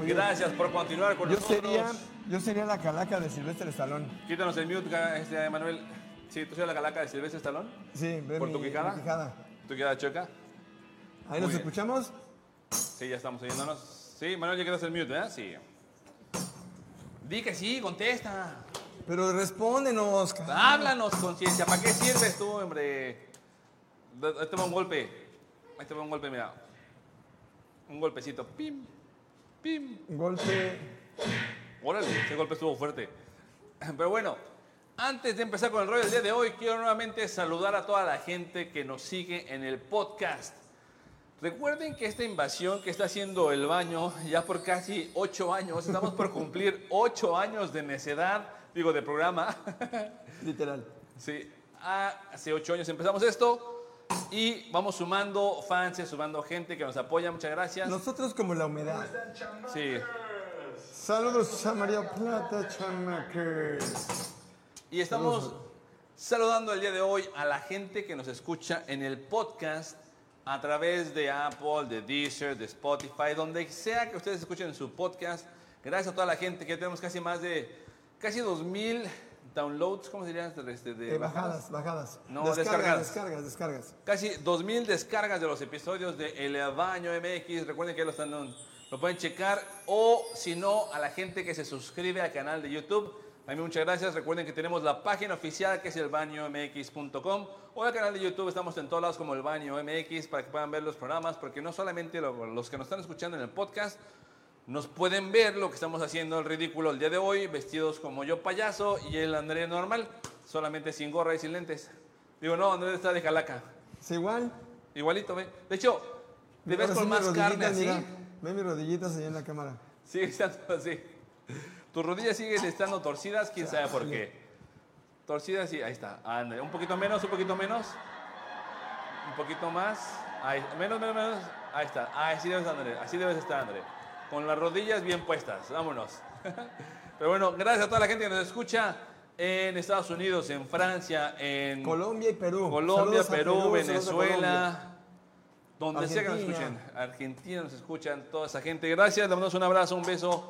Gracias por continuar con Yo nosotros. sería, yo sería la calaca de Silvestre Stallone. Quítanos el mute, ga- este, Manuel. Sí, tú eres la calaca de Silvestre Estalón. Sí, ve ¿Por mi- tu quijada? mi quijada. ¿Tú quedas choca? Ahí Muy nos bien. escuchamos. Sí, ya estamos oyéndonos. Sí, Manuel, ya quedas el mute, ¿verdad? Sí. Di que sí, contesta. Pero respóndenos. ca- Háblanos, conciencia. ¿Para qué sirves tú, hombre? Da- Ahí te va un golpe. Ahí te va un golpe, mira. Un golpecito. Pim, pim. Golpe. Órale, ese golpe estuvo fuerte. Pero bueno, antes de empezar con el rollo del día de hoy, quiero nuevamente saludar a toda la gente que nos sigue en el podcast. Recuerden que esta invasión que está haciendo el baño ya por casi ocho años, estamos por cumplir ocho años de necedad, digo, de programa. Literal. Sí, hace ocho años empezamos esto y vamos sumando fans, sumando gente que nos apoya, muchas gracias. Nosotros como la humedad. Sí. Saludos a María Plata, chamaque. Y estamos saludando el día de hoy a la gente que nos escucha en el podcast a través de Apple, de Deezer, de Spotify, donde sea que ustedes escuchen su podcast. Gracias a toda la gente que ya tenemos casi más de casi 2000 downloads, ¿cómo se diría? Este, de Eh, bajadas, bajadas. No, descargas, descargadas. descargas, descargas. Casi 2.000 descargas de los episodios de El Baño MX. Recuerden que ahí lo, están, lo pueden checar. O si no, a la gente que se suscribe al canal de YouTube. A mí muchas gracias. Recuerden que tenemos la página oficial que es elbañomx.com. O el canal de YouTube. Estamos en todos lados como El Baño MX para que puedan ver los programas. Porque no solamente lo- los que nos están escuchando en el podcast, nos pueden ver lo que estamos haciendo el ridículo el día de hoy, vestidos como yo payaso y el Andrés normal, solamente sin gorra y sin lentes. Digo, no, Andrés está de calaca. Es igual. Igualito, ve. De hecho, te Mira, ves ahora con sí más mis carne rodillitas, así. mira. Ve mis rodillitas allá en la cámara. Sigue estando así. Tus rodillas siguen estando torcidas, quién sabe por qué. Torcidas y ahí está. Ándale, un poquito menos, un poquito menos. Un poquito más. Ahí, menos, menos, menos. Ahí está. Ah, Así debes estar, André. Así debes estar, André. Con las rodillas bien puestas. Vámonos. Pero bueno, gracias a toda la gente que nos escucha en Estados Unidos, en Francia, en Colombia y Perú. Colombia, Saludos a Perú, saludos a Colombia. Venezuela, donde sea que nos Argentina. escuchen. Argentina nos escuchan, toda esa gente. Gracias, le mandamos un abrazo, un beso.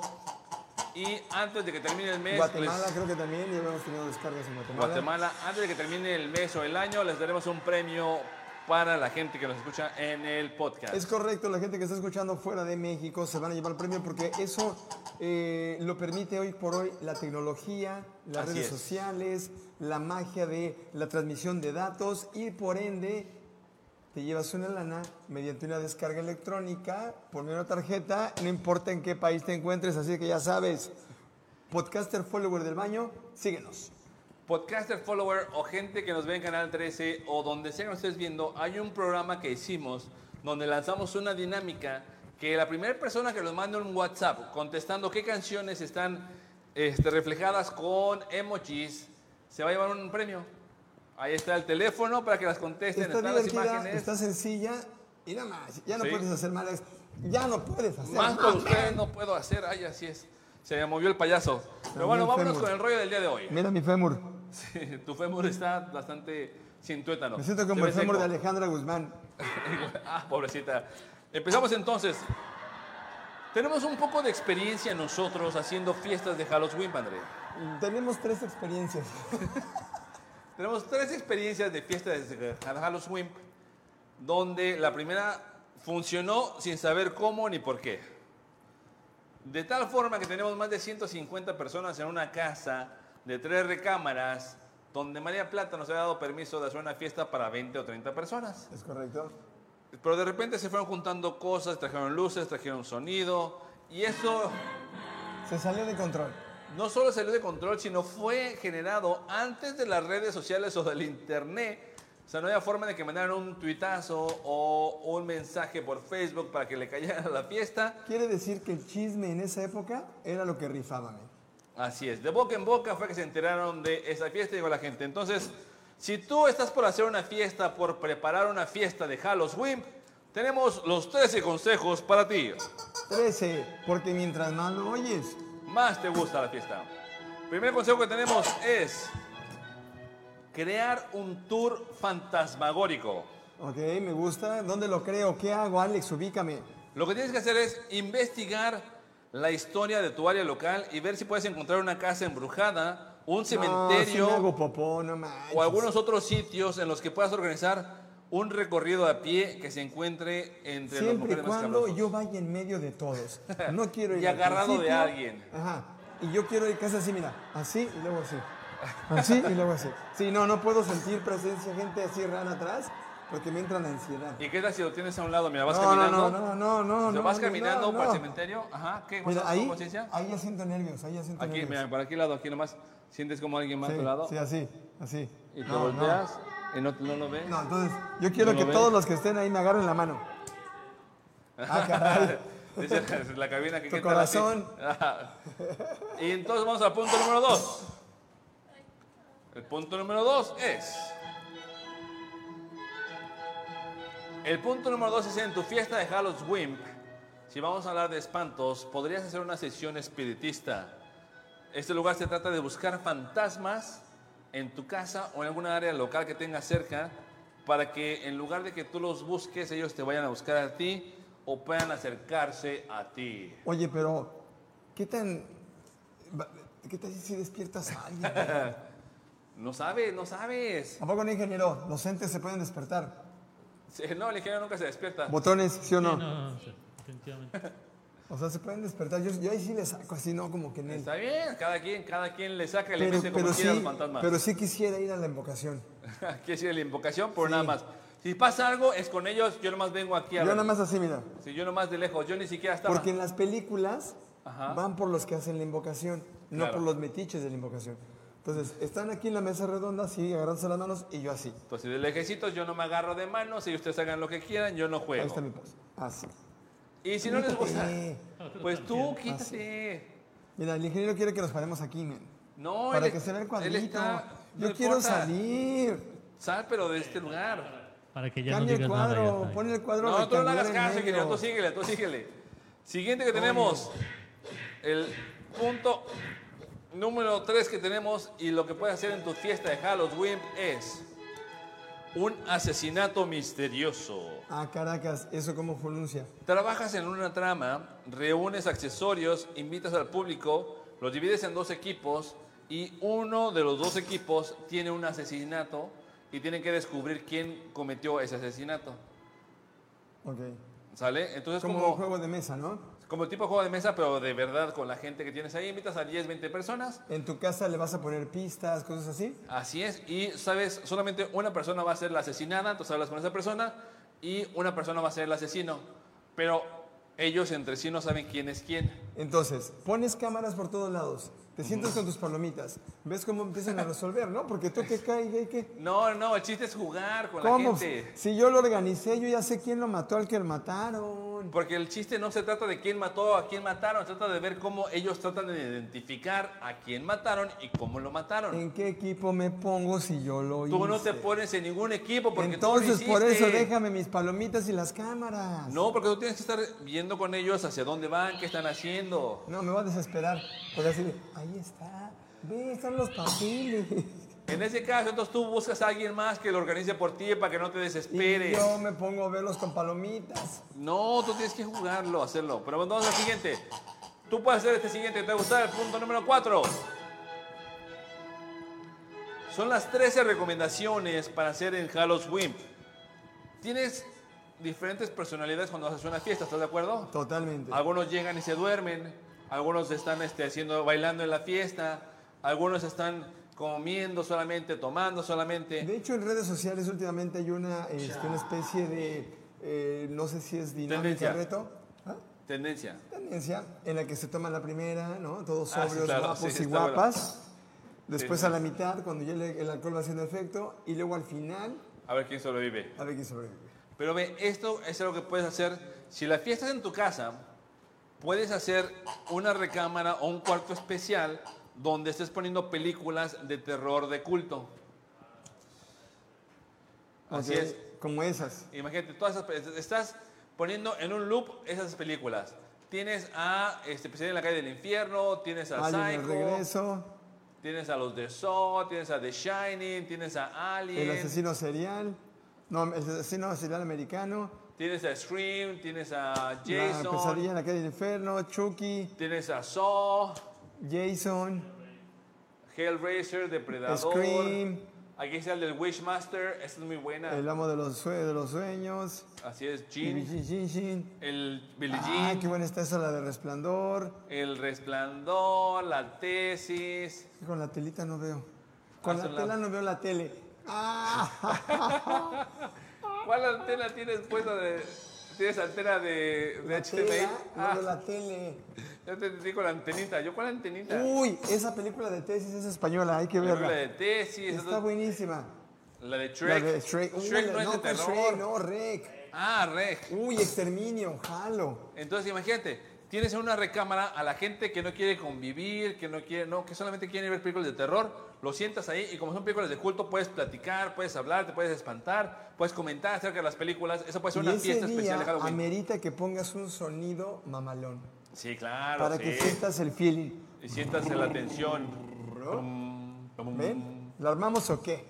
Y antes de que termine el mes, Guatemala les- creo que también. Ya hemos tenido descargas en Guatemala. Guatemala, antes de que termine el mes o el año, les daremos un premio para la gente que nos escucha en el podcast. Es correcto, la gente que está escuchando fuera de México se van a llevar el premio porque eso eh, lo permite hoy por hoy la tecnología, las Así redes es. sociales, la magia de la transmisión de datos y por ende te llevas una lana mediante una descarga electrónica por medio de una tarjeta, no importa en qué país te encuentres, así que ya sabes, podcaster follower del baño, síguenos. podcaster follower o gente que nos ve en Canal 13 o donde sea que nos estés viendo, hay un programa que hicimos donde lanzamos una dinámica que la primera persona que nos mande un WhatsApp contestando qué canciones están este, reflejadas con emojis se va a llevar un premio. Ahí está el teléfono para que las contesten, Está están las divertida, imágenes. está sencilla y nada más, ya no Sí. puedes hacer malas, ya no puedes hacer Más por malas. ustedes no puedo hacer, ay, así es. Se me movió el payaso. Pero También bueno, vámonos fémur. con el rollo del día de hoy. Mira mi fémur. Sí, tu fémur está bastante sin tuétano. Me siento Se como ve el fémur seco. de Alejandra Guzmán. Ah, pobrecita. Empezamos entonces. Tenemos un poco de experiencia nosotros haciendo fiestas de Halloween, André. Tenemos tres experiencias. Tenemos tres experiencias de fiestas de Halloween donde la primera funcionó sin saber cómo ni por qué. De tal forma que tenemos más de 150 personas en una casa de tres recámaras donde María Plata nos había dado permiso de hacer una fiesta para 20 o 30 personas. Es correcto. Pero de repente se fueron juntando cosas, trajeron luces, trajeron sonido. Y eso Se salió de control. no solo salió de control, sino fue generado antes de las redes sociales o del internet. O sea, no había forma de que mandaran un tuitazo o un mensaje por Facebook para que le cayeran a la fiesta. Quiere decir que el chisme en esa época era lo que rifaba. men. Así es, de boca en boca fue que se enteraron de esa fiesta y llegó la gente. Entonces, si tú estás por hacer una fiesta, por preparar una fiesta de Halloween, tenemos los 13 consejos para ti. 13. Porque mientras más lo oyes, más te gusta la fiesta. Primer consejo que tenemos es crear un tour fantasmagórico. ok, me gusta, ¿dónde lo creo? ¿Qué hago, Alex? Ubícame. Lo que tienes que hacer es investigar la historia de tu área local y ver si puedes encontrar una casa embrujada, un No, sí me cementerio hago popó, no manches. o algunos otros sitios en los que puedas organizar un recorrido a pie que se encuentre entre los Siempre y mujeres más cuando escabrosas. yo vaya en medio de todos. No quiero ir Y al agarrado de principio. alguien. Ajá. Y yo quiero ir casi así, mira. Así y luego así. Así y luego así. Sí, no, no puedo sentir presencia, gente así rara atrás, porque me entra la ansiedad. ¿Y qué tal si lo tienes a un lado? Mira, vas no, no, caminando. no, no, no, no. Si no, vas no, caminando no, no. para el cementerio, ajá, ¿qué Mira, ¿Cómo ahí, conciencia? ahí ya siento nervios, ahí ya siento Aquí, nervios. mira, para aquí lado, aquí nomás sientes como alguien más a sí, tu lado sí, así, así. y te No, no. volteas y no, no lo ves. No, entonces, yo quiero lo que ves. todos los que estén ahí me agarren la mano. Ah, caray. Dice la- la cabina que Tu ¿qué tal así? corazón. Ajá. y entonces vamos al punto número dos. El punto número dos es. El punto número dos es en tu fiesta de Halloween. Si vamos a hablar de espantos, podrías hacer una sesión espiritista. Este lugar se trata de buscar fantasmas en tu casa o en alguna área local que tengas cerca para que en lugar de que tú los busques, ellos te vayan a buscar a ti o puedan acercarse a ti. Oye, pero, ¿qué tan. va- ¿Qué tal si despiertas a alguien? ¿A No sabes, no sabes. poco no, ingeniero? Los entes se pueden despertar. Sí, No, el ingeniero nunca se despierta. Botones, ¿sí o no? No, no, sí, definitivamente. O sea, se pueden despertar. Yo, yo ahí sí le saco así, ¿no? Como que en él. Está bien, cada quien, cada quien le saca el Pero, mete como pero, quiera a sí, los fantasmas. pero sí quisiera ir a la invocación. Quiere decir la invocación, pero Sí. nada más. Si pasa algo, es con ellos, yo nomás vengo aquí a Yo ver. nada más así, mira. Si yo nomás de lejos, yo ni siquiera estaba. Porque en las películas Ajá. van por los que hacen la invocación, no Claro. por los metiches de la invocación. Entonces, están aquí en la mesa redonda, así, agarrándose las manos y yo así. Entonces, Pues de lejecitos, yo no me agarro de manos, si ustedes hagan lo que quieran, yo no Ahí juego. está mi pose. Así. Y si no les gusta, Eh, pues tú quítate. Mira, el ingeniero quiere que nos paremos aquí, men. No, Para él- que se vea el él cuadrito. está- no Yo quiero importa. salir. Sal, pero de este lugar. Para que ya Cambia no el digas cuadro. nada. ya, Pon el cuadro No, tú no le rectangular hagas en caso, medio. ingeniero, tú síguele, tú síguele. Siguiente que tenemos, el punto número 3 que tenemos y lo que puedes hacer en tu fiesta de Halloween es un asesinato misterioso. Ah, Caracas, eso cómo pronuncia. Trabajas en una trama, reúnes accesorios, invitas al público, los divides en dos equipos y uno de los dos equipos tiene un asesinato y tienen que descubrir quién cometió ese asesinato. Ok. ¿Sale? Entonces como, como, un juego de mesa, ¿no? como el tipo de juego de mesa, pero de verdad con la gente que tienes ahí, invitas a 10, 20 personas. En tu casa le vas a poner pistas, cosas así. Así es, y sabes, solamente una persona va a ser la asesinada, entonces hablas con esa persona y una persona va a ser el asesino, pero ellos entre sí no saben quién es quién. Entonces, pones cámaras por todos lados. Te sientas con tus palomitas. Ves cómo empiezan a resolver, ¿no? Porque tú que caiga y que... No, no, el chiste es jugar con la ¿Cómo? gente. Si yo lo organicé, yo ya sé quién lo mató al que lo mataron. Porque el chiste no se trata de quién mató a quién mataron, se trata de ver cómo ellos tratan de identificar a quién mataron y cómo lo mataron. ¿En qué equipo me pongo si yo lo hice? Tú no te pones en ningún equipo porque Entonces, tú lo por eso hiciste. déjame mis palomitas y las cámaras. No, porque tú tienes que estar viendo con ellos hacia dónde van, qué están haciendo. No, me va a desesperar. Porque así, de, ahí está. Ve, están los papeles. En ese caso, entonces tú buscas a alguien más que lo organice por ti para que no te Y desesperes. yo me pongo a verlos con palomitas. No, tú tienes que jugarlo, hacerlo. Pero bueno, vamos al siguiente. Tú puedes hacer este siguiente, te va a gustar el punto número 4. Son las 13 recomendaciones para hacer en Halloween. Tienes diferentes personalidades cuando haces una fiesta, ¿estás de acuerdo? Totalmente. Algunos llegan y se duermen, algunos están este, haciendo, bailando en la fiesta, algunos están comiendo solamente, tomando solamente. De hecho, en redes sociales últimamente hay una, este, una especie de, eh, no sé si es dinámica, Tendencia. reto. ¿ah? Tendencia. Tendencia en la que se toma la primera, ¿no? Todos Ah, sí, sobrios, claro, guapos sí, y está bueno. guapas. Después Sí. a la mitad, cuando ya el, el alcohol va haciendo efecto. Y luego al final, A ver quién sobrevive. a ver quién sobrevive. Pero ve, esto es algo que puedes hacer. Si la fiesta es en tu casa, puedes hacer una recámara o un cuarto especial donde estés poniendo películas de terror de culto. Así Ok, es. Como esas. Imagínate, todas esas, pe- estás poniendo en un loop esas películas. Tienes a este, Pesadilla en la calle del infierno, tienes a Alien, el Psycho, regreso, tienes a los de Saw, tienes a The Shining, tienes a Alien. el asesino serial, no, el asesino serial americano, Tienes a Scream, tienes a La pesadilla Jason, en la calle del infierno, Chucky, tienes a Saw, Jason, Hellraiser, Depredador. Scream. Aquí está el del Wishmaster, esta es muy buena. el amo de los, sue- de los sueños, Así es, Jin, Jean, Jin, Jin, Jin. el Billie Ah, Jean, qué buena está esa, la de resplandor. el Resplandor, la Tesis. Con la telita no veo. Con Ah, la son la- tela no veo la tele. Ah, ¿Cuál antena tienes puesta de.? ¿Tienes antena de, de la HDMI? tela, no Ah, veo la tele. yo Ah, te digo la antenita. ¿Yo cuál antenita? Uy, esa película de tesis es española, hay que Yo creo la verla. de Tesis, Está buenísima. la de Shrek. La de Shrek. Uy, Shrek no, no, es de fue terror. Shrek, no, Rec. Ah, Reg. Uy, exterminio, jalo. Entonces, imagínate, tienes en una recámara a la gente que no quiere convivir, que no quiere, no, que solamente quiere ver películas de terror, lo sientas ahí y como son películas de culto, puedes platicar, puedes hablar, te puedes espantar, puedes comentar acerca de las películas. Eso puede ser Y una ese fiesta especial de día Halloween. amerita que pongas un sonido mamalón. Sí, claro. Para sí. que sientas el feeling. Y sientas la tensión. ¿Ven? ¿La armamos o qué?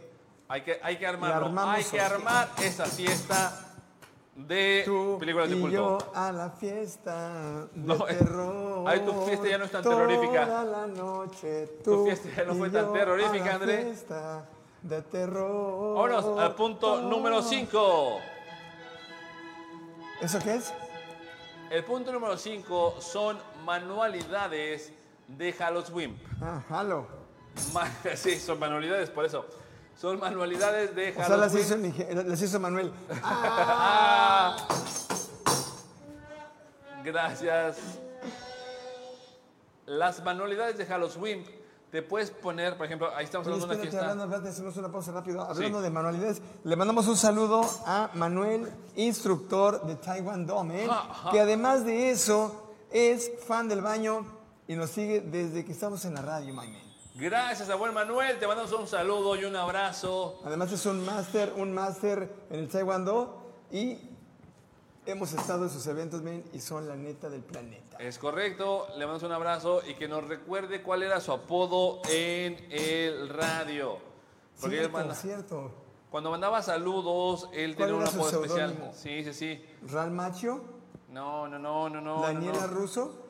Hay que, hay que armarlo. armamos Hay que así. armar esa fiesta de Tú películas de y culto. yo a la fiesta de No, eh, terror. ahí tu fiesta ya no es tan toda terrorífica. la noche Tu tú fiesta ya no y fue tan yo terrorífica, a la André. fiesta de terror. Vámonos al punto número 5. ¿Eso qué es? El punto número 5 son manualidades de Halloween. Ah, halo. Ma- sí, son manualidades, por eso. Son manualidades de O sea, Halloween. las hizo, Nige- las hizo Manuel. Ah. Gracias. Las manualidades de Halloween te puedes poner, por ejemplo, ahí estamos Oye, hablando de una espérate, fiesta. hablando, espérate, hacemos una pausa rápido. Hablando Sí. de manualidades, le mandamos un saludo a Manuel, instructor de Taiwan Dome, Ajá. que además de eso es fan del baño y nos sigue desde que estamos en la radio, my man. Gracias a buen Manuel, te mandamos un saludo y un abrazo. Además es un máster, un máster en el Taekwondo y hemos estado en sus eventos, men, y son la neta del planeta. Es correcto, le mandamos un abrazo y que nos recuerde cuál era su apodo en el radio. Porque él Cierto, manda- cierto. cuando mandaba saludos, él ¿Cuál tenía un era su apodo especial. seudónimo? Sí, sí, sí. Real Macho, No, no, no, no, no. no, no. Daniela Russo,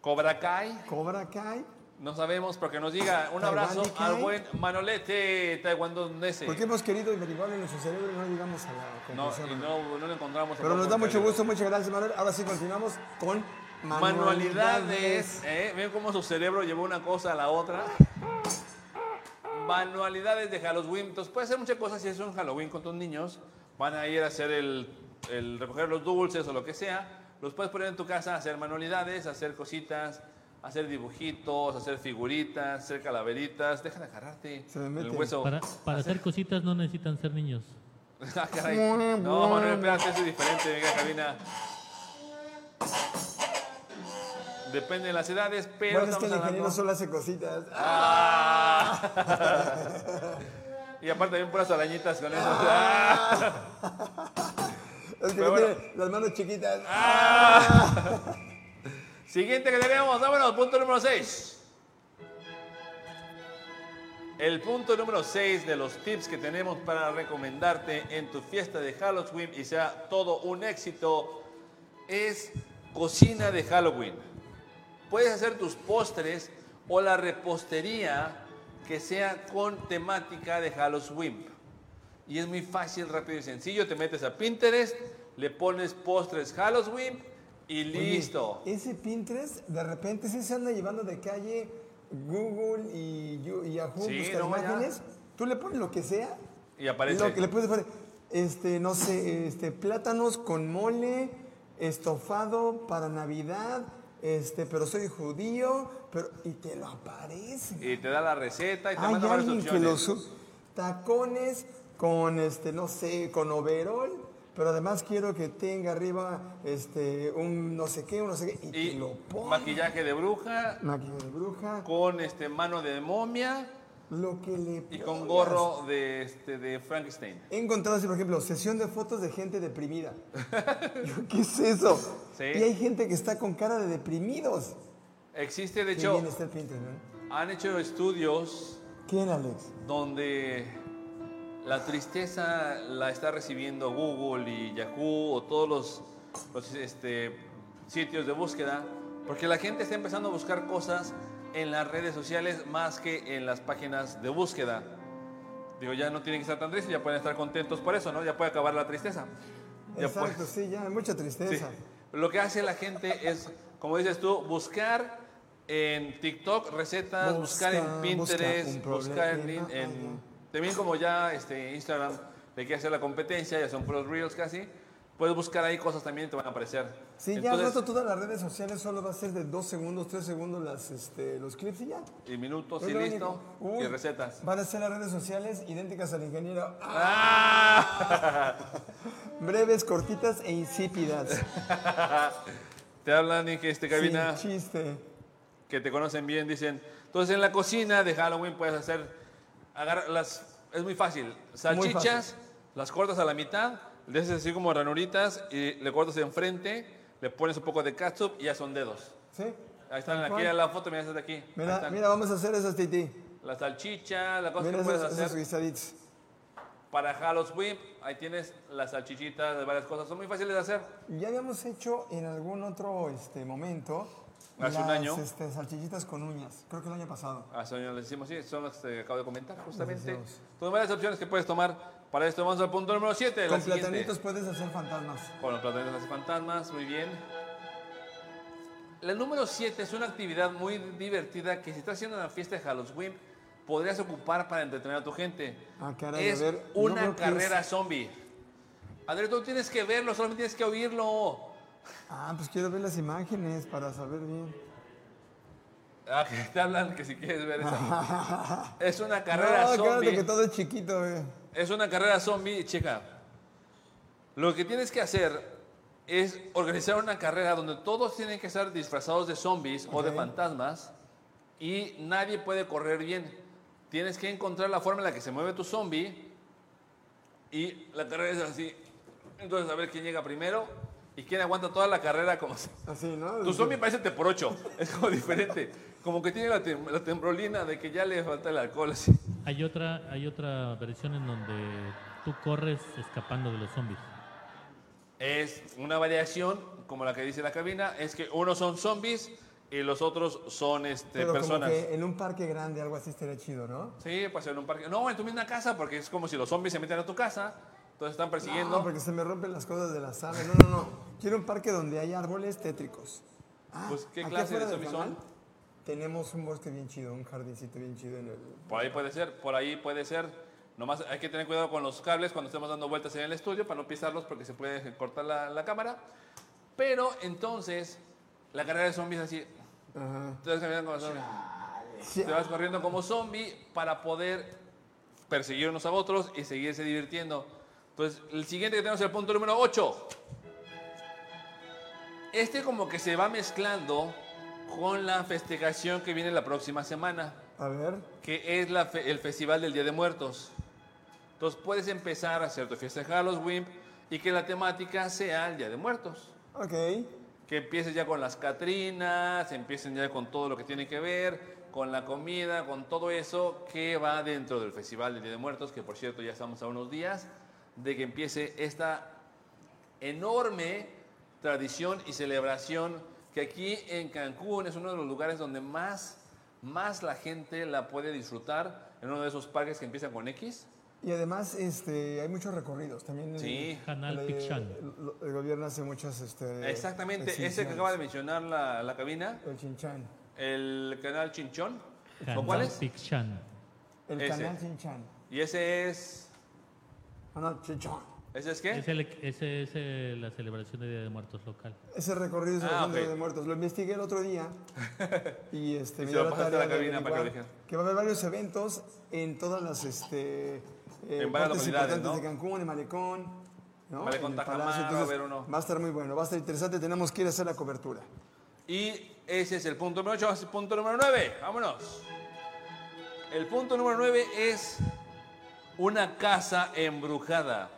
Cobra Kai. Cobra Kai. No sabemos, pero que nos diga un Taiwán abrazo Nikkei. al buen Manolete taekwondonese. Porque hemos querido averiguarlo en nuestro cerebro y no llegamos a la No, conclusión. y no, no lo encontramos. Pero nos da mucho gusto, muchas gracias, Manuel. Ahora sí, continuamos con Manualidades. manualidades. ¿eh? Ven cómo su cerebro llevó una cosa a la otra. Manualidades de Halloween. Entonces puede hacer muchas cosas si es un Halloween con tus niños. Van a ir a hacer el, el recoger los dulces o lo que sea. Los puedes poner en tu casa a hacer manualidades, a hacer cositas, a hacer dibujitos, a hacer figuritas, hacer calaveritas. Deja de agarrarte Se me el meten. hueso. Para, para hacer cositas no necesitan ser niños. Ah, caray. No, Manuel, espérate, eso es diferente, venga, cabina. Depende de las edades, pero Bueno, es que el estamos ingeniero hablando... solo hace cositas. Ah, Ah. y aparte también puras arañitas con eso. Ah. Es que Pero Ah, tiene las manos chiquitas. Ah. Siguiente que tenemos, vámonos, punto número 6. El punto número 6 de los tips que tenemos para recomendarte en tu fiesta de Halloween y sea todo un éxito es cocina de Halloween. Puedes hacer tus postres o la repostería que sea con temática de Halloween. Y es muy fácil, rápido y sencillo. Te metes a Pinterest, le pones postres Halloween y Oye, listo. Ese Pinterest, de repente sí se anda llevando de calle Google y, Yu- y Yahoo, Sí, buscar no, ya. imágenes. Tú le pones lo que sea. Y aparece. Lo que le puedes poner, este, no sé, este, plátanos con mole, estofado para Navidad, este, pero soy judío, pero, y te lo aparece. Y te da la receta y te Hay manda varias alguien que opciones. los su- tacones con este no sé con overol pero además quiero que tenga arriba este un no sé qué un no sé qué y, Y te lo pone maquillaje de bruja maquillaje de bruja con este mano de momia lo que le y con pongas. gorro de, este, de Frankenstein. He encontrado así, por ejemplo, sesión de fotos de gente deprimida. Yo, ¿Qué es eso? Sí. Y hay gente que está con cara de deprimidos. Existe, de Qué bien hecho, está el Pinterest, ¿no? han hecho estudios ¿Quién, Alex? donde La tristeza la está recibiendo Google y Yahoo o todos los, los, este, sitios de búsqueda, porque la gente está empezando a buscar cosas en las redes sociales más que en las páginas de búsqueda. Digo, ya no tienen que estar tan tristes, ya pueden estar contentos por eso, ¿no? Ya puede acabar la tristeza. Ya Exacto, puede- sí, ya, mucha tristeza. Sí. Lo que hace la gente es, como dices tú, buscar en TikTok recetas, buscar, en Buscar, Pinterest, buscar un buscar en, problema, en- ajá. también como ya este Instagram le quiere hacer la competencia, ya son puros reels casi, puedes buscar ahí cosas también y te van a aparecer. Sí, ya al Entonces, rato todas las redes sociales solo va a ser de dos segundos, tres segundos las, este, los clips y ya. y minutos Es y lo Pues listo único. Uy, y recetas. Van a ser las redes sociales idénticas al ingeniero. Ah, ¡Ah! Breves, cortitas e insípidas. Te hablan y que este cabina Sin chiste. que te conocen bien dicen, entonces en la cocina de Halloween puedes hacer, agarra- las, es muy fácil, salchichas, las cortas a la mitad, le haces así como ranuritas y le cortas enfrente, le pones un poco de ketchup y ya son dedos. ¿Sí? Ahí están, Tal aquí cual. a la foto, mira, estás aquí. Ahí Mira, están. mira, vamos a hacer esas, Titi. La salchicha, la cosa Mira que puedes esas, esos hacer guisaditos. para Halloween, ahí tienes las salchichitas de varias cosas, son muy fáciles de hacer. Ya habíamos hecho en algún otro este, momento. Hace un las, año. este, salchichitas con uñas. Creo que el año pasado. Ah, son- les decimos, sí, son las que acabo de comentar justamente. decimos. Son varias opciones que puedes tomar. Para esto vamos al punto número 7. Con platanitos puedes hacer fantasmas. Con los platanitos de las fantasmas, muy bien. La número 7 es una actividad muy divertida que si estás haciendo una fiesta de Halloween, podrías ocupar para entretener a tu gente. Ah, caray, es a ver, no una veo qué carrera zombie. Andrés, tú tienes que verlo, solamente tienes que oírlo. Ah, pues quiero ver las imágenes para saber bien. Ah, que te hablan que si quieres ver esa. es una carrera no, zombie. cállate que todo es chiquito, güey. Es una carrera zombie, checa. Lo que tienes que hacer es organizar una carrera donde todos tienen que estar disfrazados de zombies o de Ok. fantasmas y nadie puede correr bien. Tienes que encontrar la forma en la que se mueve tu zombie y la carrera es así. Entonces, a ver quién llega primero y quién aguanta toda la carrera como se- Así, ¿no? tu zombie parece te por ocho, es como diferente. Como que tiene la, tem- la tembrolina de que ya le falta el alcohol así. Hay otra, hay otra versión en donde tú corres escapando de los zombies. Es una variación, como la que dice la cabina, es que unos son zombies y los otros son este, Pero personas. Como que en un parque grande algo así estaría chido, ¿no? Sí, pues en un parque. No, en tu misma casa, porque es como si los zombies se meten a tu casa, entonces están persiguiendo. No, porque se me rompen las cosas de la sala. No, no, no. Quiero un parque donde hay árboles tétricos. Ah, Pues, ¿qué aquí clase de afuera del zombies son? canal Tenemos un bosque bien chido, un jardincito bien chido en el... Por ahí puede ser, por ahí puede ser. Nomás hay que tener cuidado con los cables cuando estemos dando vueltas en el estudio para no pisarlos porque se puede cortar la, la cámara. Pero entonces, la carrera de zombies es así. Ajá. Tú vas caminando como zombie. Te vas corriendo como zombie para poder perseguir unos a otros y seguirse divirtiendo. Entonces, el siguiente que tenemos es el punto número 8. Este como que se va mezclando con la festejación que viene la próxima semana, A ver. que es la fe- el Festival del Día de Muertos. Entonces, puedes empezar a hacer tu fiesta de Halloween y que la temática sea el Día de Muertos. Ok. Que empieces ya con las Catrinas, empiecen ya con todo lo que tiene que ver, con la comida, con todo eso que va dentro del Festival del Día de Muertos, que por cierto ya estamos a unos días de que empiece esta enorme tradición y celebración que aquí en Cancún es uno de los lugares donde más, más la gente la puede disfrutar, en uno de esos parques que empiezan con X. Y además este, hay muchos recorridos también. el- Sí. Canal el- Pichan. El, el gobierno hace muchas... Este, Exactamente, ese que acaba de mencionar la, la cabina, El Chinchan. el canal Chinchón. ¿O Canal cuál es? Pichan. El Ese. canal Chinchan. Y ese es. Ah, no, Chinchón. ¿Ese es qué? Es el- Ese es eh, la celebración de Día de Muertos local. Ese recorrido es el Ah, Fondo ok. de Muertos. Lo investigué el otro día y este, Y me se lo dio la pasaste a tarea la de cabina para que lo averiguar que va a haber varios eventos en todas las este, eh, En varias partes localidades, importantes ¿no? de Cancún, en Malecón, ¿no? Malecón en el Tajamar, Palacio. va a haber uno. Va a estar muy bueno, va a estar interesante. Tenemos que ir a hacer la cobertura. Y ese es el punto número 8. Vamos al punto número 9. Vámonos. El punto número 9 es una casa embrujada.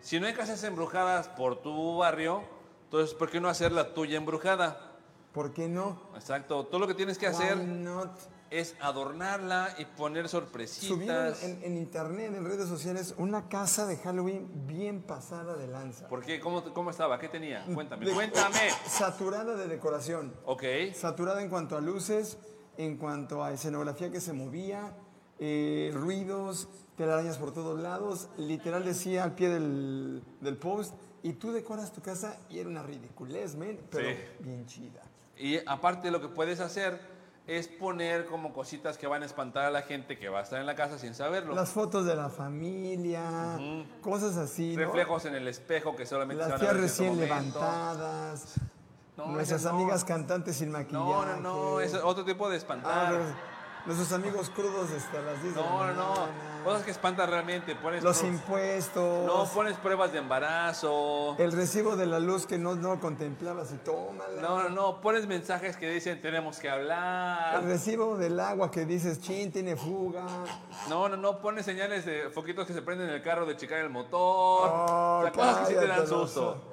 Si no hay casas embrujadas por tu barrio, entonces ¿por qué no hacer la tuya embrujada? ¿Por qué no? Exacto. Todo lo que tienes que hacer Why not? es adornarla y poner Subieron sorpresitas. en, en internet, en redes sociales, una casa de Halloween bien pasada de lanza. ¿Por qué? ¿Cómo, cómo estaba? ¿Qué tenía? Cuéntame. Mm, De- ¡Cuéntame! Saturada de decoración. Ok. Saturada en cuanto a luces, en cuanto a escenografía que se movía, eh, ruidos, telarañas por todos lados. Literal decía al pie del, del post, y tú decoras tu casa y era una ridiculez, men, pero Sí. bien chida. Y aparte lo que puedes hacer es poner como cositas que van a espantar a la gente que va a estar en la casa sin saberlo. Las fotos de la familia, cosas así. ¿no? Reflejos en el espejo que solamente se Las van a tías ver en ese recién momento. levantadas, No, nuestras esas no. amigas cantantes sin maquillaje. No, no, no, es otro tipo de Ah, espantar. pero nuestros amigos crudos hasta las 10 de la no, no, no. mañana. Cosas que espantan realmente. Pones Los pruebas- impuestos. Eh, no pones pruebas de embarazo. El recibo de la luz que no, no contemplabas y tómala. No, no, no. Pones mensajes que dicen tenemos que hablar. El recibo del agua que dices, chin, tiene fuga. No, no, no, pone señales de foquitos que se prenden en el carro de checar el motor. Oh, o sea, cosas que sí te dan cállate, susto. oso.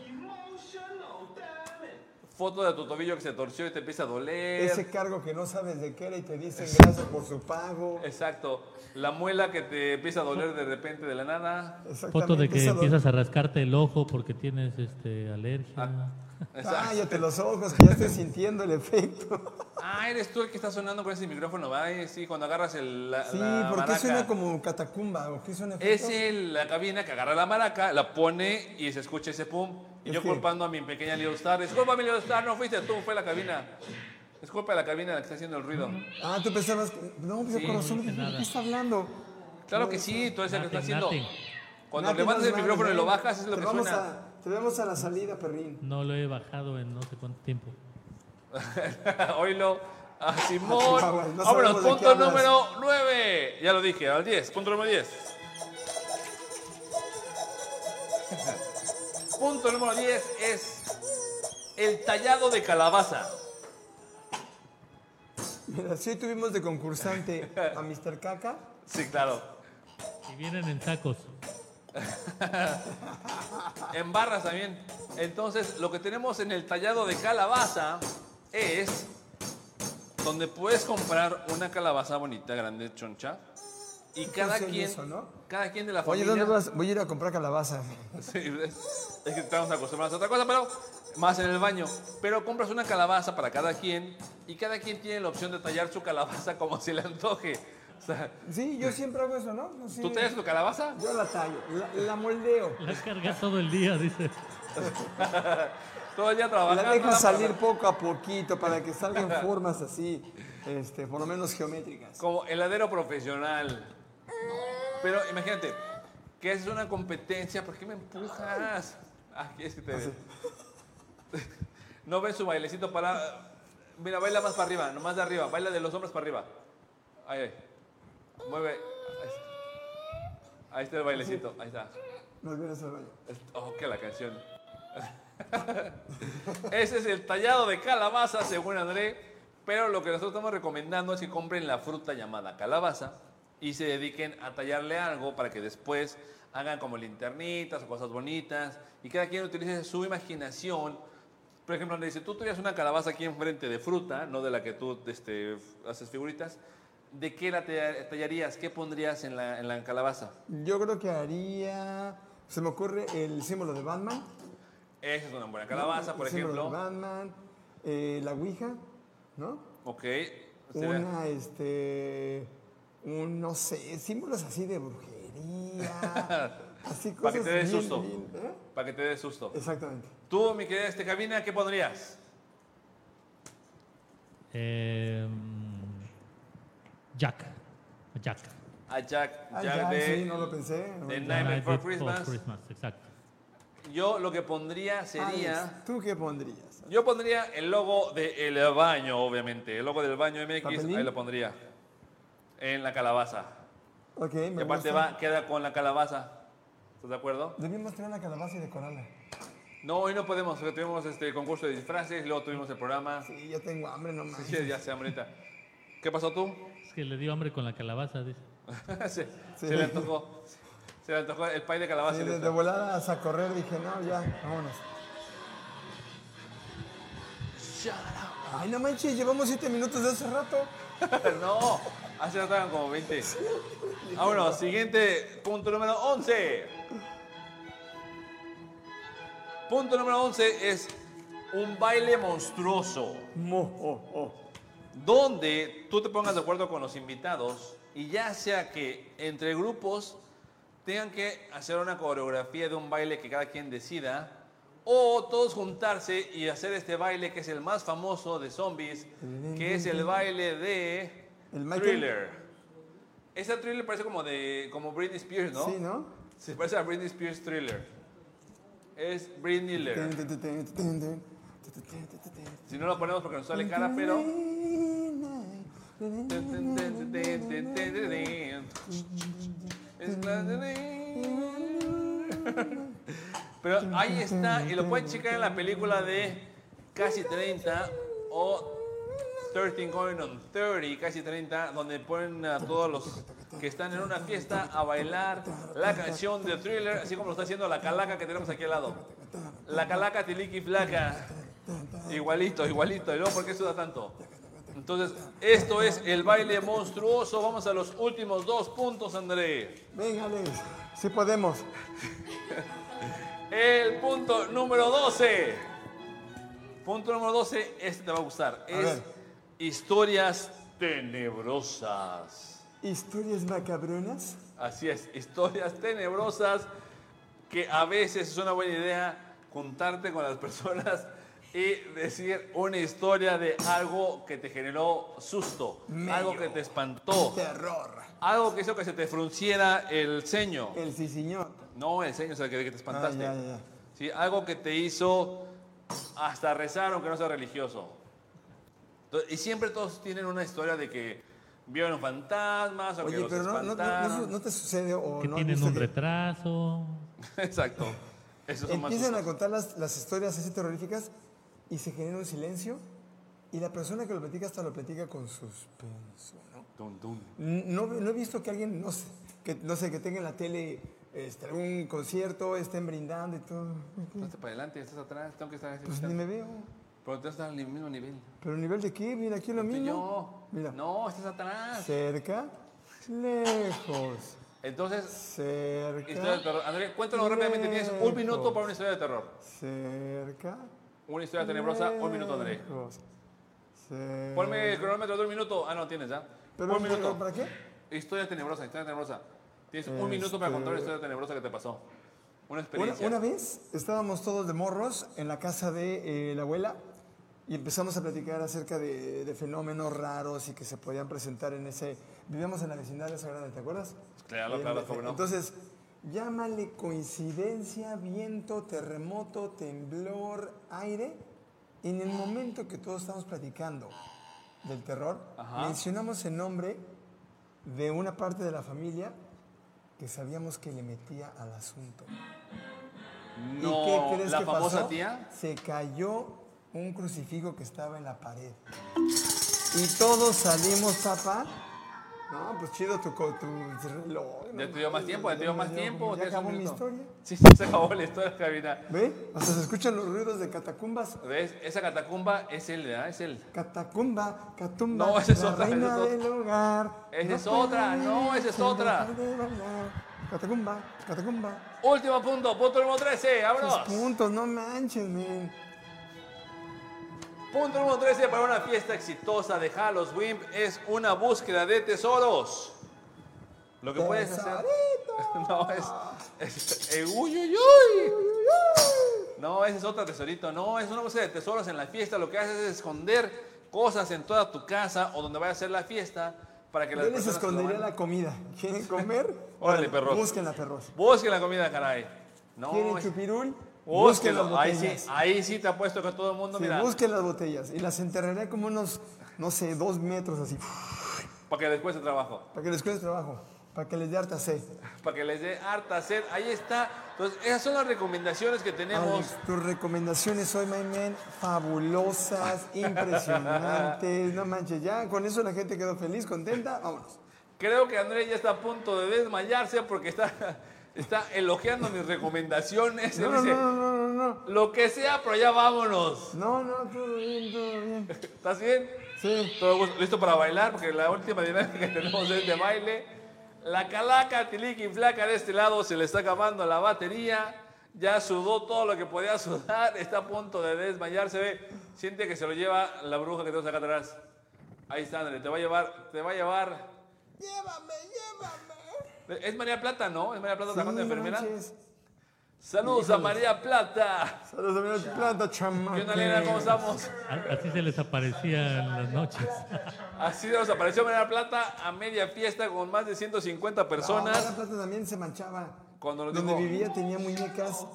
Foto de tu tobillo que se torció y te empieza a doler. Ese cargo que no sabes de qué era y te dicen gracias por su pago. Exacto. La muela que te empieza a doler de repente de la nada. Foto de Exactamente, que esa do- empiezas a rascarte el ojo porque tienes este, alergia. Ah, Exacto. Cállate los ojos, que ya estoy sintiendo el efecto. Ah, eres tú el que está sonando con ese micrófono, ¿va? Eh, Sí, cuando agarras el, la, Eh, Sí, la porque maraca. suena como catacumba o que es un efecto. Es el- la cabina que agarra la maraca, la pone y se escucha ese pum. Y Es yo que- culpando a mi pequeña Little Star. Disculpa, mi Little Star, no fuiste tú, fue la cabina. Es culpa de la cabina la que está haciendo el ruido. Ah, tú pensabas que. No, pues Sí, yo corazón, no dije ¿de nada. qué está hablando? Claro que sí, tú eres el que está Nothing, haciendo. nothing. Cuando Nati, levantas no el mames, micrófono y lo ven. bajas, es lo ¿eh? Te que vamos suena. a- te vemos a la salida, perrín. No lo he bajado en no sé cuánto tiempo. Oílo. A Simón. Chihuahua, no Vámonos, sabemos de qué punto hablas. número 9. Ya lo dije, al 10. Punto número 10. punto número 10 es el tallado de calabaza. Mira, sí tuvimos de concursante a Mr. Caca. Sí, claro. Y vienen en sacos. En barras también. Entonces, lo que tenemos en el tallado de calabaza es donde puedes comprar una calabaza bonita, grande, choncha. Y cada pensé en quien, eso, ¿no? cada quien de la Oye, familia. ¿dónde vas? Voy a ir a comprar calabaza. Sí, es, es que estamos acostumbrados a otra cosa, pero más en el baño. Pero compras una calabaza para cada quien y cada quien tiene la opción de tallar su calabaza como se le antoje. O sea, Sí, yo siempre hago eso, ¿no? No sé. ¿tú tallas tu calabaza? Yo la tallo, la, la moldeo. La cargas todo el día, dice. Todo el día trabajando. La dejas para- salir poco a poquito para que salgan formas así, este, por lo menos geométricas. Como heladero profesional. Pero imagínate, que es una competencia, ¿por qué me empujas? Aquí es que te No ves su bailecito para. Mira, baila más para arriba, nomás de arriba, baila de los hombros para arriba. Ahí, ahí. Mueve. Ahí está el bailecito, ahí está. Nos vienes al baño. Oh, que la canción. Ese es el tallado de calabaza, según André. Pero lo que nosotros estamos recomendando es que compren la fruta llamada calabaza y se dediquen a tallarle algo para que después hagan como linternitas o cosas bonitas y cada quien utilice su imaginación. Por ejemplo, André dice, tú tuvieras una calabaza aquí enfrente de fruta, no de la que tú este, f- haces figuritas, ¿de qué la talla- tallarías? ¿Qué pondrías en la, en la calabaza? Yo creo que haría. Se me ocurre el símbolo de Batman. Esa es una buena calabaza, por el símbolo ejemplo. de Batman, eh, la Ouija, ¿no? Ok. se ve. Una, este. Un, no sé, símbolos así de brujería. así cosas. Para que te dé bien- susto. bien, ¿eh? Para que te dé susto. Exactamente. Tú, mi querida este cabina, ¿qué pondrías? Eh, mm, Jack. Jack. A Jack, Ah, Jack ya, de. sí, no lo pensé. de Ah, Nightmare Night Before Before Christmas. Exacto. Yo lo que pondría sería. Alex, ¿Tú qué pondrías? Yo pondría el logo del baño, obviamente. El logo del baño MX, ¿Papelín? ahí lo pondría. En la calabaza. Ok, Y me aparte gusta. va, queda con la calabaza. ¿Estás de acuerdo? Debimos tener una calabaza y decorarla. No, hoy no podemos, porque tuvimos este concurso de disfraces, luego tuvimos el programa. Sí, yo tengo hambre, no más. Sí, ya sea, bonita. ¿Qué pasó tú? Es que le dio hambre con la calabaza, dice. se, Sí. se le antojó. Se le antojó el pay de calabaza. y le de, de volada a correr dije, no, ya, vámonos. Shut up. Ay, no manches, llevamos siete minutos de hace rato. no, hace rato eran como 20. Vámonos, siguiente punto número 11. Punto número 11 es un baile monstruoso, Mo- oh, oh. donde tú te pongas de acuerdo con los invitados y ya sea que entre grupos tengan que hacer una coreografía de un baile que cada quien decida, o todos juntarse y hacer este baile que es el más famoso de zombies, que es el baile de El Michael- Thriller. Ese thriller parece como de como Britney Spears, ¿no? Sí, ¿no? Se parece a Britney Spears Thriller. Es Britney Ler. Si no lo ponemos porque nos sale cara, pero. Pero ahí está, y lo pueden checar en la película de Casi 30 o 13 Going on 30, Casi 30, donde ponen a todos los que están en una fiesta a bailar la canción de Thriller, así como lo está haciendo la calaca que tenemos aquí al lado. La calaca tiliki flaca. Igualito, igualito. ¿Y luego por qué suda tanto? Entonces, esto es el baile monstruoso. Vamos a los últimos dos puntos, André. Venga, Alex. Sí podemos. El punto número 12. Punto número 12, este te va a gustar. es ver. historias tenebrosas. Historias macabronas. Así es, historias tenebrosas que a veces es una buena idea juntarte con las personas y decir una historia de algo que te generó susto, algo que te espantó, Terror. algo que hizo que se te frunciera el ceño. El sí, señor. No, el ceño, o sea, que, que te espantaste. Ah, ya, ya, ya. Sí, algo que te hizo hasta rezar aunque no sea religioso. Entonces, y siempre todos tienen una historia de que vieron fantasmas o que Oye, los pero no, no, no, espantaron. no- no te sucede o que no. tienen ¿viste un que retraso. Exacto. Esos son más Empiezan a sustos. contar las, las historias así terroríficas y se genera un silencio y la persona que lo platica hasta lo platica con suspenso, ¿no? Tum, tum. No, no he visto que alguien, no sé, que, no sé, que tenga en la tele este, algún concierto, estén brindando y todo. Estás para adelante, estás atrás, tengo que estar así. Pues ni me veo. Pero tú estás al mismo nivel. Pero nivel de qué, mira, aquí es lo Tú y mismo. yo. Mira, No, estás atrás. cerca, lejos, Entonces, historia de cerca, terror. André, cuéntanos rápidamente. Tienes un minuto para una historia de terror. cerca. Una historia tenebrosa, un minuto, André. lejos, cerca. Ponme el cronómetro de un minuto. Ah, no, tienes ya. Pero, un minuto. ¿Para qué? Historia tenebrosa, historia tenebrosa. Tienes un minuto para contar una historia tenebrosa que te pasó. Una Este. Una, experiencia. una vez estábamos todos de morros en la casa de eh, la abuela y empezamos a platicar acerca de, de fenómenos raros y que se podían presentar en ese... Vivíamos en la vecindad de Sagrada, ¿te acuerdas? Pues Claro, Ahí en claro, Befe. cómo no. Entonces, llámale coincidencia, viento, terremoto, temblor, aire. En el momento que todos estamos platicando del terror, Ajá. mencionamos el nombre de una parte de la familia que sabíamos que le metía al asunto. No, ¿Y qué crees la que famosa pasó? tía. Se cayó un crucifijo que estaba en la pared. Y todos salimos, papá. No, pues chido tu, co- tu reloj. Ya no te dio más mames, tiempo, ya te dio más tiempo. Ya tienes un acabó mi minuto. historia. Sí, ya se acabó la historia, Karina. ¿Ve? Hasta se escuchan los ruidos de catacumbas. ¿Ves? Esa catacumba es él, ¿verdad? Es él. Catacumba, catumba. No, esa es la otra, esa es reina otra. del hogar. Esa es puede otra, no, esa es sin otra. dejar de bailar. Catacumba, catacumba. Último punto, punto número 13, Sus vámonos. puntos, no manches, men. Punto número 13 para una fiesta exitosa de Halloween es una búsqueda de tesoros. Lo que puedes hacer. No, es. es- eh, uy, uy, uy. No, ese es otro tesorito. No, es una búsqueda de tesoros en la fiesta. Lo que haces es esconder cosas en toda tu casa o donde vaya a ser la fiesta para que las Yo les personas. que lo escondería van- la comida. ¿Quieren comer? Órale, perros. Búsquenla, perros. Busquen la comida, caray. No, ¿Quieren es- chupirul? Busquen las búsquenlo. Ahí sí, botellas. ahí sí te apuesto que todo el mundo, Sí, mira, busquen las botellas. Y las enterraré como unos, no sé, dos metros así. para que después de trabajo. Para que les cueste trabajo. Para que les dé harta sed. para que les dé harta sed. Ahí está. Entonces, esas son las recomendaciones que tenemos. Alex, tus recomendaciones hoy, my man, fabulosas, impresionantes. No manches, ya con eso la gente quedó feliz, contenta. Vámonos. Creo que Andrés ya está a punto de desmayarse porque está, está elogiando mis recomendaciones. No, Él no, dice, no, no, no, no, no. Lo que sea, pero ya vámonos. No, no, todo bien, todo bien. ¿Estás bien? Sí. Todo gusto- listo para bailar, porque la última dinámica que tenemos es de baile. La calaca, tiliqui, flaca de este lado, se le está acabando la batería. Ya sudó todo lo que podía sudar, está a punto de desmayarse. Ve, siente que se lo lleva la bruja que tenemos acá atrás. Ahí está, André, te va a llevar, te va a llevar. Llévame, llévame. Es María Plata, ¿no? Es María Plata trabajando de Sí, enfermera. manches. Saludos a María Plata. Saludos a mi noche planta, chamaco. ¿Qué onda, Elena? ¿Cómo estamos? A- Así se les aparecía en las noches. Así nos apareció María Plata a media fiesta con más de 150 personas. La Ah, plata también se manchaba. Cuando lo Donde dijo- vivía tenía muñecas,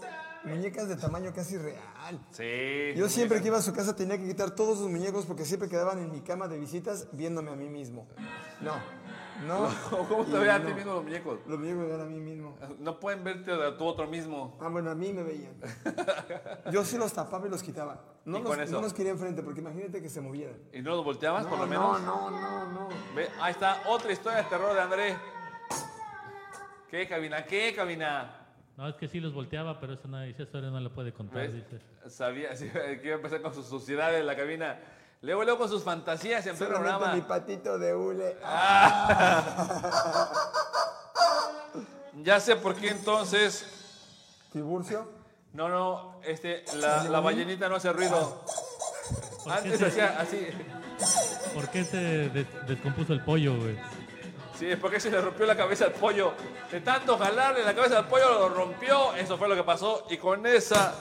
muñecas de tamaño casi real. Sí. Yo siempre que iba a su casa tenía que quitar todos sus muñecos porque siempre quedaban en mi cama de visitas viéndome a mí mismo. No, no. ¿Cómo te y veían a no. ti mismo los muñecos? Los muñecos eran a mí mismo. No pueden verte a tu otro mismo. Ah, bueno, a mí me veían. Yo sí los tapaba y los quitaba. No, ¿Y los, con eso? no los quería enfrente porque imagínate que se movieran. ¿Y no los volteabas, por No, lo menos? no, no, no, no. Ve, ahí está otra historia de terror de André. ¿Qué, cabina? ¿Qué, cabina? No, es que sí los volteaba, pero eso no, esa historia no la puede contar, ¿Ves? dice. Sabía sí, que iba a empezar con sus suciedades en la cabina. Luego, luego con sus fantasías en pleno Solamente mi Este programa. Ah. patito de hule. Ah, Ya sé por qué entonces... Tiburcio. No, no, este, la, la ballenita no hace ruido. ¿Por qué, Antes se, hacía así. por qué se des- descompuso el pollo, güey? Sí, es porque se le rompió la cabeza al pollo. De tanto jalarle la cabeza al pollo, lo rompió. Eso fue lo que pasó. Y con esa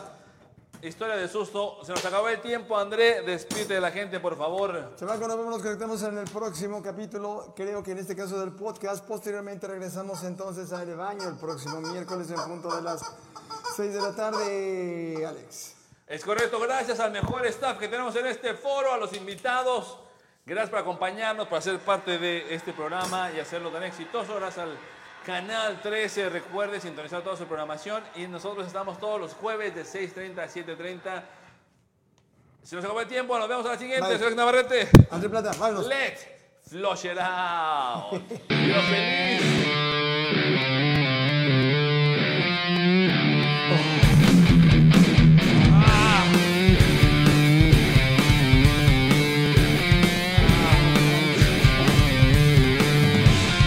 historia de susto, se nos acabó el tiempo. André, despide de la gente, por favor. Chamaco, nos vemos, nos conectamos en el próximo capítulo. Creo que en este caso del podcast. Posteriormente regresamos entonces a El Baño el próximo miércoles en punto de las 6 de la tarde, Alex. Es correcto. Gracias al mejor staff que tenemos en este foro, a los invitados. Gracias por acompañarnos, por ser parte de este programa y hacerlo tan exitoso. Gracias al Canal 13. Recuerde sintonizar toda su programación. Y nosotros estamos todos los jueves de 6.30 a 7.30. Se nos acabó el tiempo. Nos vemos a la siguiente. Bye. Sergio Navarrete. André Plata, vámonos. Let's flush it out. You're feliz.